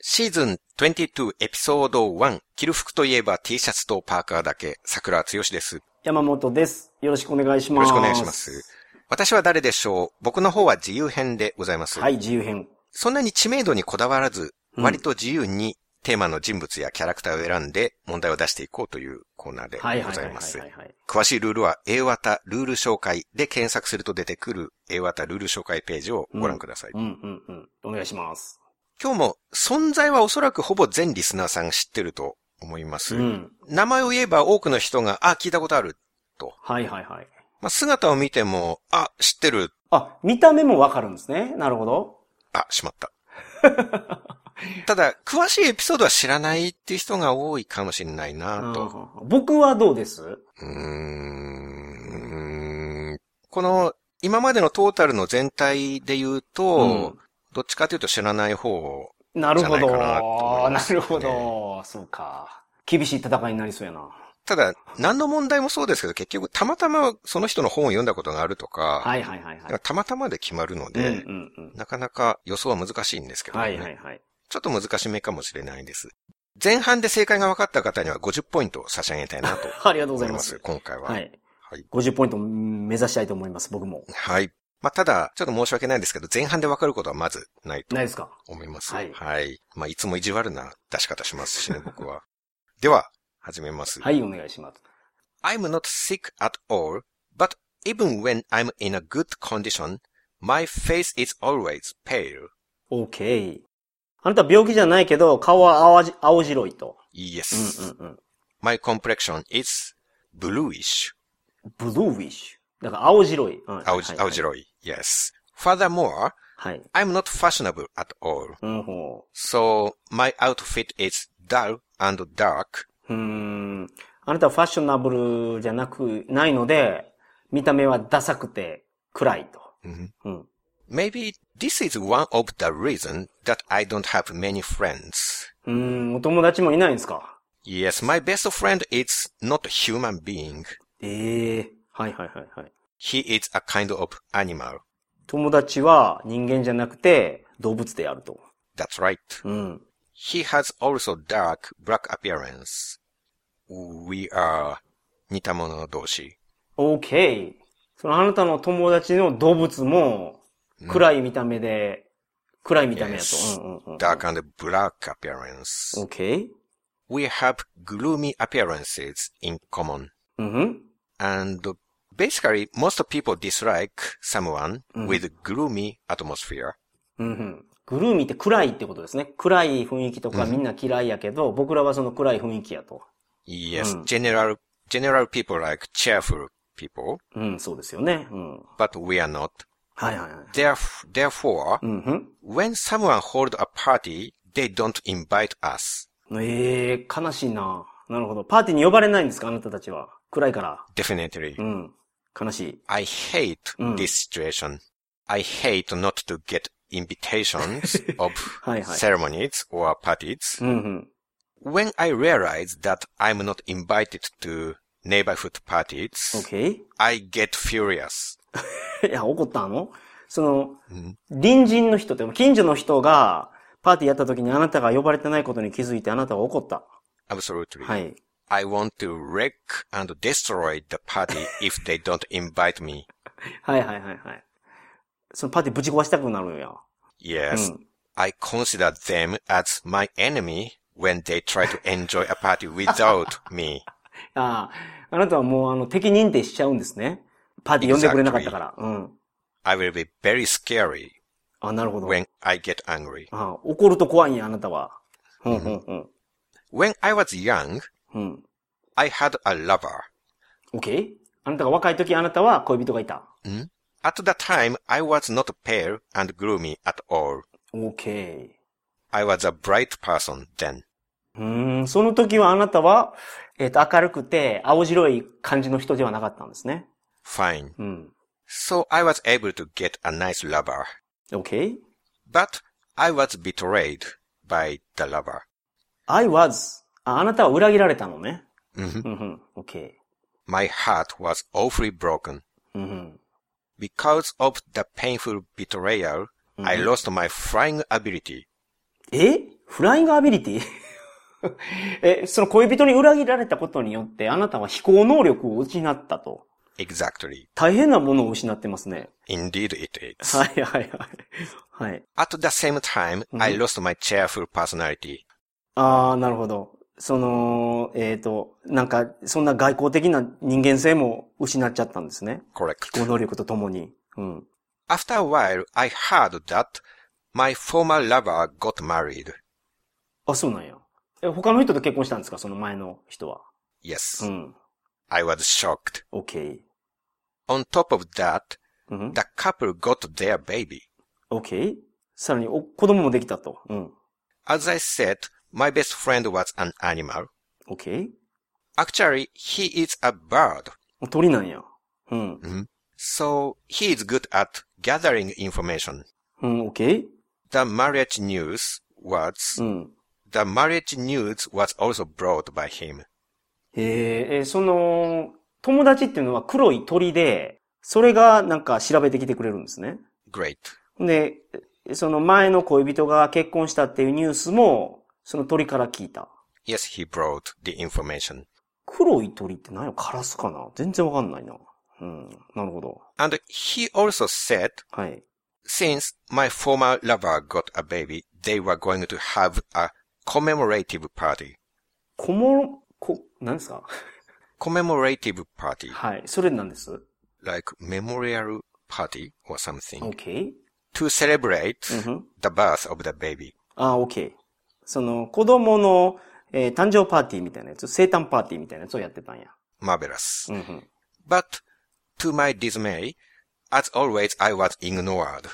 シーズン22エピソード1、着る服といえば T シャツとパーカーだけ、桜つよしです。よ山本です。よろしくお願いしまろす。しくお願いしま。す。私は誰でしょう僕の方は自由編でございます。はい、自由編。そんなに知名度にこだわらず、うん割と自由にテーマの人物やキャラクターを選んで問題を出していこうというコーナーではい、ごはい、ざはいい。まはすい。はい詳しいルールは A 型ルール紹介で検索すると出てくる A 型ルール紹介ページをご覧ください。うん、うん、うん。お願いします。今日も存在はおそらくほぼ全リスナーさんが知ってると思います。うん。名前を言えば多くの人が、あ、聞いたことある。はい、はい、はい。まあ、姿を見ても、あ、知ってる。あ、見た目もわかるんですね。なるほど。あ、しま った。ただ、詳しいエピソードは知らないっていう人が多いかもしれないなと。うん僕はどうですうーん。この、今までのトータルの全体で言うと、どっちかというと知らない方を、なるほじゃど。ないかなと思いまなすねるほど。そうか。厳しい戦いになりそうやな。ただ、何の問題もそうですけど、結局、たまたまその人の本を読んだことがあるとか、はい、はい、はい、はい。たまたまで決まるのうん、うで、ん、うん。なかなか予想は難しいんですけどね。はい、はい、はい。ちょっと難しめかもしれないです。前半で正解が分かった方には50ポイントを差し上げたいなとありがとうご思ざいいまますす。。今回は。ははい。い。はい。 50ポイント目指したいと思います、僕も。まあ、ただ、ちょっと申し訳ないんですけど、前半で分かることはまずないとないですか思います。はいまあ、いつも意地悪な出し方しますしね、僕は。 では、始めます。はい、お願いします。 I'm not sick at all, but even when I'm in a good condition, my face is always pale. OK。あなた病気じゃないけど、顔は青じ青白いと。 Yes. うんうん。 My complexion is bluish. ブルーウィッシュ。だから青白い。うん青,、はい青白い。Yes. Furthermore, はい。はい。 I'm not fashionable at all. うんほ So my outfit is dull and dark. う。うーん。あなたはファッショナブルじゃなく、ないので、見た目はダサくて暗いと。うん。 Maybe this is one of the reason that I don't have many friends. うーん、お友達もいないんですか Yes, my best friend is not a human being. ええはいはいはいはい。 He is a kind of animal. 友達は人間じゃなくて動物であると。 That's right. うん。 He has also dark, black appearance. We are 似た者同士。 OK。そのあなたの友達の動物も、暗い見た目で、暗い見た目やと。 Yes. うんうんうん。 Dark and black appearance. OK? We have gloomy appearances in common. うんうん。 And basically, most people dislike someone with gloomy atmosphere. うんうん。グルーミーって暗いってことですね。暗い雰囲気とかみんな嫌いやけど、僕らはその暗い雰囲気やと。 Yes, general, general people like cheerful people, うん、そうですよね。うん。 but we are not. はいはいはい。 Theref- Therefore, うん when someone hold a party, they don't invite us. うん。ええー、悲しいな。なるほど。パーティーに呼ばれないんですかあなたたちは。暗いから。 Definitely. うん。悲しい。 I hate Mm. this situation. I hate not to get invitations of はいはい。 ceremonies or parties. うんうん。 When I realize that I'm not invited to neighborhood parties, OK? I get furious. いや、怒ったのその、隣人の人って、近所の人が、パーティーやった時にあなたが呼ばれてないことに気づいてあなたは怒った。 Absolutely. はい。 I want to wreck and destroy the party if they don't invite me. はいはいはいはい。そのパーティーぶち壊したくなるんや。 Yes. うん。 I consider them as my enemy when they try to enjoy a party without me. ああ、あなたはもうあの敵認定しちゃうんですね。パーティー呼んでくれなかったから。うん。 I will be very scary あ、なるほど。 when I get angry. あ怒ると怖いんや、あなたは。うんうんうん。 When I was young, うん。 I had a lover. OK? あなたが若い時あなたは恋人がいた。 At that time, I was not pale and gloomy at all. OK。 I was a bright person then. うーん、その時はあなたは、えっ、と、明るくて、青白い感じの人ではなかったんですね。 Fine. うん。 So I was able to get a nice lover. OK? But I was betrayed by the lover. I was. あ、あなたは裏切られたのね。 Mhm. うんうん。OK。 My heart was awfully broken. うんうん。 Because of the painful betrayal, I lost my flying ability. えフライングアビリティ え、その恋人に裏切られたことによって、あなたは飛行能力を失ったと。 Exactly. 大変なものを失ってます ね。 Indeed it is. はいはいはい。はい。 At the same time, I lost my cheerful personality. あー、なるほど。その、えっ、と、なんか、そんな外交的な人間性も失っちゃったんですね。 Correct. 行能力とともに。うん。 After a while, I heard that my former lover got married. あ、そうなんや。え、他の人と結婚したんですかその前の人は。 Yes, うん。 I was shocked. OK。 On top of that, うん。 the couple got their baby. OK。さらに、お、子供もできたと。うん。 As I said, my best friend was an animal. OK。 Actually, he is a bird, 鳥なんや。うん。 so he is good at gathering information. うん、OK? The marriage news was, うん。 the marriage news was also brought by him. えーえー、その、友達っていうのは黒い鳥で、それがなんか調べてきてくれるんですね。 Great. で、えその前の恋人が結婚したっていうニュースも、その鳥から聞いた。 Yes, he brought the information. 黒い鳥って何よカラスかな全然わかんないな。うん。なるほど。 And he also said, はい。 since my former lover got a baby, they were going to have a commemorative party. こも、こ、何ですか Commemorative party, はい。それなんです。 like memorial party or something, OK? to celebrate うんふん。 the birth of the baby. あー、OK。その、子供の、えー誕生パーティーみたいなやつ、生誕パーティーみたいなやつをやってたんや。 Marvelous. うんふん。 But to my dismay, as always, I was ignored.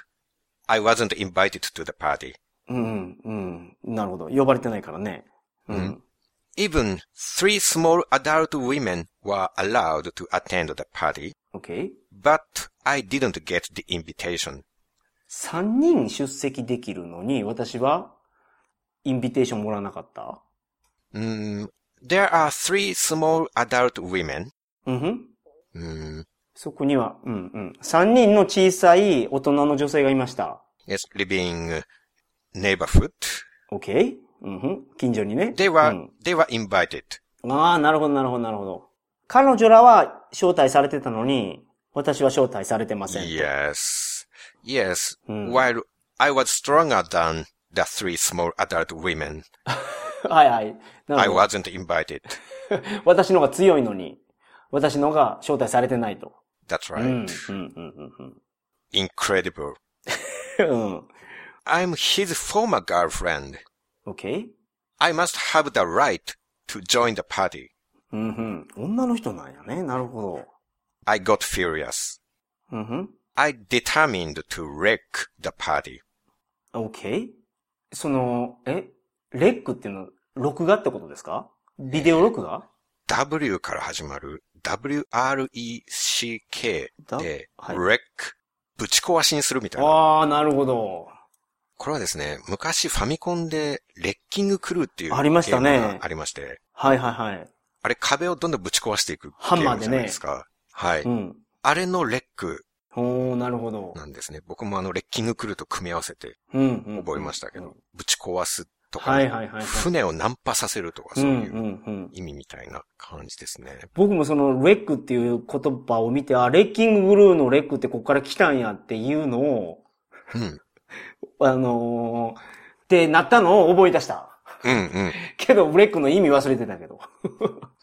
I wasn't invited to the party. うん、うん。なるほど。呼ばれてないからね。うん。 Even three small adult women were allowed to attend the party, OK? but I didn't get the invitation. 3人出席できるのに、私は、インビテーションもらわなかった。 Mm, there are three small adult women. うんふん。 Mm, そこには、うんうん。3人の小さい大人の女性がいました。 yes, living uh, neighborhood. OK? うんふん。近所にね。 They were うん、 they were invited. ああ、なるほど、なるほど、なるほど。彼女らは招待されてたのに、私は招待されてません。 Yes, yes. Mm. While I was stronger than the three small adult women, はいはい。な I るほど。 wasn't invited. 私の方が強いのに、私の方が招待されてないと。 That's うん、うん right.、うん、うんうん。 Incredible. うん。 I'm his former girlfriend. OK? I must have the right to join the party. うんふん。女の人なんやね。なるほど。 I got furious. うんふん。 I determined to wreck the party. OK? その、えレックっていうのは、録画ってことですかビデオ録画 W から始まる WRECK だで、はい E wreck、ぶち壊しにするみたいな。ああ、なるほど。これはですね、昔ファミコンでレッキングクルーっていうありましたねゲームがありまして、はいはいはい。あれ壁をどんどんぶち壊していくゲハンマーームでねじゃないですか。はい、うん。あれのレックおー、なるほど。なんですね。僕もあのレッキングクルーと組み合わせてうん、うん。覚えましたけど、うんぶち壊すとか、はいはいはいはい。船をナンパさせるとか、う、そうんう、いうんうん。意味みたいな感じですね。僕もその、レックっていう言葉を見て、あ、レッキングブルーのレックってここから来たんやっていうのを、うん。あのー、ってなったのを覚え出した。 うんけど、レックの意味忘れてたけど。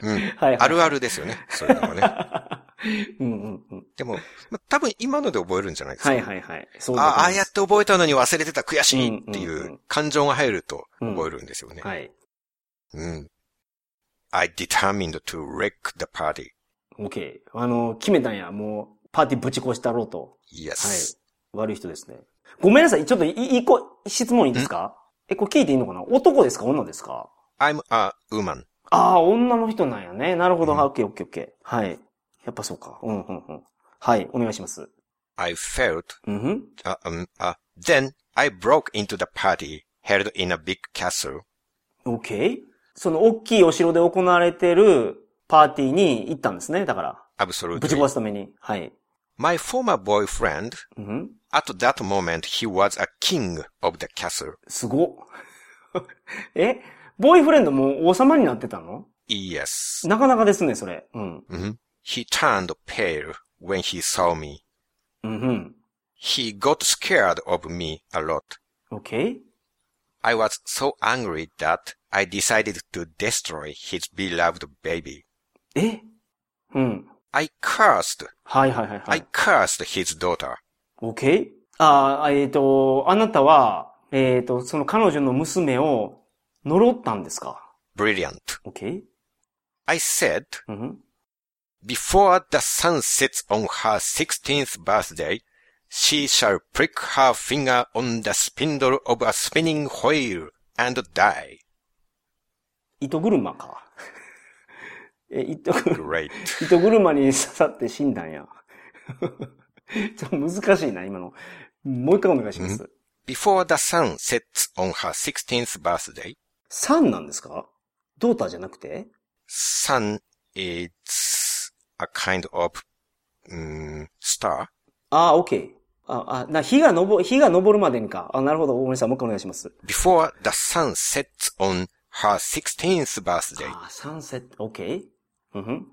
うん。うん。はい、はい。あるあるですよね。そういうのはね。 うんうんうん。でも、まあ多分今ので覚えるんじゃないですか。はいはいはい。そうあああいやって覚えたのに忘れてた悔しいっていうんうんううん感情が入ると覚えるんですよね。はい。うん。I determined to wreck the party. OK。あの、決めたんや。もう、パーティーぶち越したろうと。 Yes. 悪い人ですね。ごめんなさい。ちょっとい、い、一個、質問いいですかえ、これ聞いていいのかな男ですか女ですか I'm a woman. ああ、女の人なんやね。なるほど。うんオッケーオッケーオッケー。はい。やっぱそうか。うんうんうん。はい。お願いします。 I felt, うんふん。 uh, um, uh, then I broke into the party held in a big castle. OK? その、大きいお城で行われてるパーティーに行ったんですね。だから。ぶち Absolutely. 壊すために。はい。 My former boyfriend, うんふん。 at that moment he was a king of the castle. すごっ。 えボーイフレンドもう王様になってたの Yes. なかなかですね、それ。うん。 Mhm. He turned pale when he saw me. うんうん。 He got scared of me a lot. OK? I was so angry that I decided to destroy his beloved baby. えうん。 I cursed, はいはいはいは I い。 cursed his daughter. OK? ああ、えっ、と、あなたは、えっ、と、その彼女の娘を呪ったんですか Brilliant. ?OK? I said, うんうん。 before the sun sets on her 16th birthday, she shall prick her finger on the spindle of a spinning wheel and die. 糸車か。え、糸 車 Great. 糸車に刺さって死んだんや。 ちょっと難しいな、今の。もう一回お願いします。 Before the sun sets on her 16th birthday, サンなんですかドーターじゃなくて sun is a kind of mm, star. ああ、OK。ああ、な、日が昇、日が昇るまでにか。あ、なるほど。ごめんなさい。もう一回お願いします。 Before the sun sets on her 16th birthday, ああ、サンセット、OK。うんふん。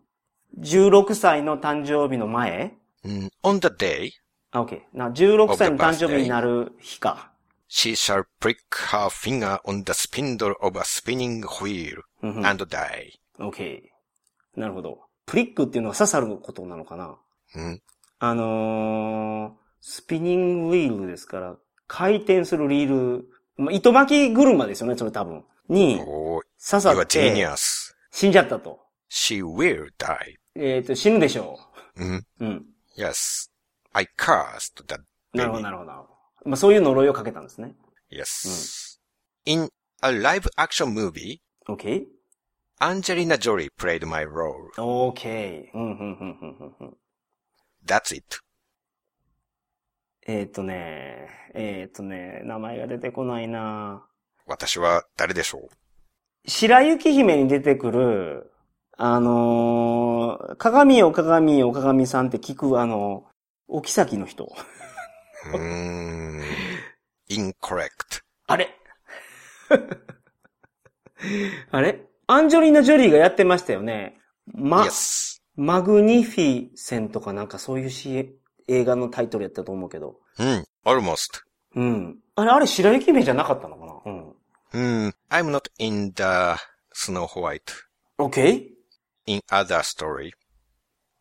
16歳の誕生日の前 mm, on the day あ、OK。な、16歳の誕生日になる日か。 She shall prick her finger on the spindle of a spinning wheel Hmm. and die. OK。なるほど。プリックっていうのは刺さることなのかなうんあのー、スピニングウィールですから、回転するリール、まあ、糸巻き車ですよね、それ多分。に、 Oh, 刺さ you are って、 genius. 死んじゃったと。 She will die. えっ、と、死ぬでしょ Mhm. う。うん。 Yes. I cursed that なるほ baby. ど、なるほど。なるほどまあ、そういう呪いをかけたんですね。 Yes. In a live action movie, OK? Angelina Jolie played my role. OK。うん、うん、うん、うん、うんうん。 That's it. えっ、とね、えっ、とね、名前が出てこないな私は誰でしょ白雪姫に出てくる、あのー鏡よ鏡よ鏡さんって聞くあの、お妃の人。ううーん Incorrect. あれ あれアンジョリーナ・ジョリーがやってましたよね。ま、 Yes. マグニフィセントかなんかそういうし映画のタイトルやったと思うけど。うん Hmm, Almost. うん。あれ、あれ白雪姫じゃなかったのかなうん。うん Hmm, I'm not in the Snow White. OK? in other story.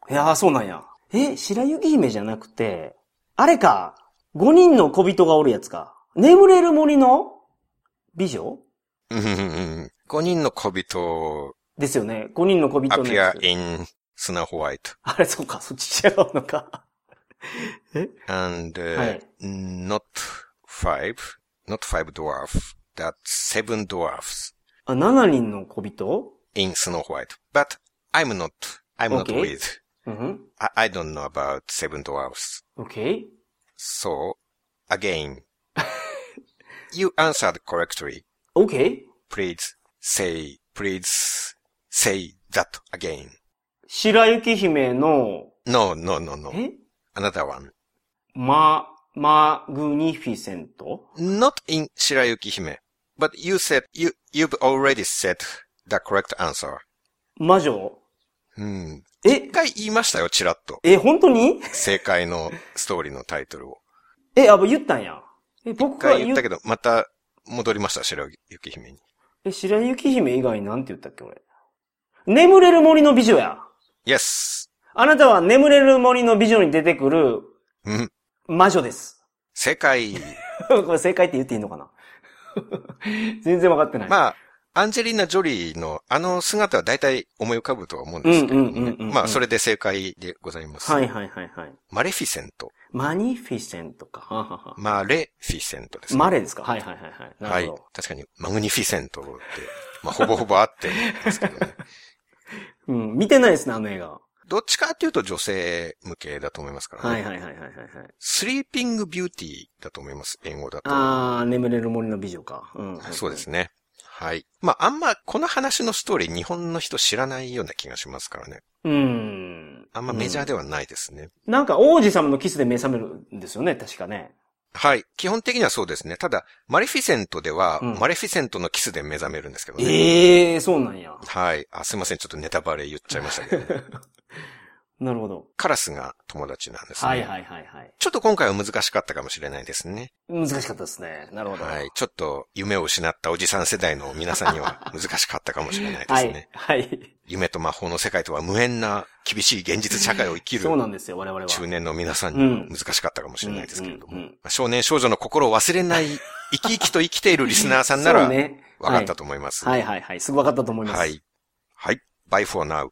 いやー、そうなんや。え、白雪姫じゃなくて、あれか、5人の小人がおるやつか。眠れる森の美女 5人の小人ですよね。5人の小人のや appear つ。 in Snow White あれ、そうか、そっち違うのか。 and uh, はい。 not five, not five dwarf, that's seven dwarfs あ、7人の小人 in Snow White. But I'm not, I'm not Okay. with, うん。 I, I don't know about seven dwarfs. OK? So again, you answered correctly. OK? Please say, please say that again. 白雪姫の、 No, no, no, no. え Another one. マ、マグニフィセント Not in Shirayuki Hime. But you said, you, you've already said the correct answer. 魔女うん。え一、回言いましたよ、ちらっと。え、本当に正解のストーリーのタイトルを。え、あ、言ったんや。え、僕一が回言ったけど、また戻りました、白雪姫に。え、白雪姫以外なんて言ったっけ、俺。眠れる森の美女や。 Yes! あなたは眠れる森の美女に出てくるうん。魔女です。 正解。これ正解って言っていいのかな 全然わかってない。まあ、アンジェリーナ・ジョリーのあの姿は大体思い浮かぶとは思うんですけれどもうんうんうねん。うんうんまあ、それで正解でございます。はいはいはいはい。マレフィセント。マニフィセントか。はははマレフィセントですね。マレですかはいはいはいはい。なはるいほど。。確かに、マグニフィセントって、まあ、ほぼほぼあってますけど ね。うん、見てないですね、あの映画。どっちかっていうと女性向けだと思いますからね。はいはいはいはいはいはい。スリーピングビューティーだと思います。英語だと。あー、眠れる森の美女か。うん。そうですね。はい。まあ、あんま、この話のストーリー、日本の人知らないような気がしますからね。うん。あんまメジャーではないですね。なんか王子様のキスで目覚めるんですよね、確かね。はい。基本的にはそうですね。ただ、マレフィセントでは、うんマレフィセントのキスで目覚めるんですけどね。ええー、そうなんや。はい。あ、すいません。ちょっとネタバレ言っちゃいましたけど、ね、 なるほど。カラスが友達なんですね。はいはいはいはい。ちょっと今回は難しかったかもしれないですね。難しかったですね。なるほど。はい。ちょっと夢を失ったおじさん世代の皆さんに は難しかったかもしれないではすね。い。はい。夢と魔法の世界とは無縁な厳しい現実社会を生きるそうなんですよ、我々は。中年の皆さんうにん難しかったかもしれないですけれども、うんうんうんまあ少年少女の心を忘れない、生き生きと生きているリスナーさんなら そう分ねかったと思います。はいはいはい。すぐ分かったと思います。はい。はい。Bye for now.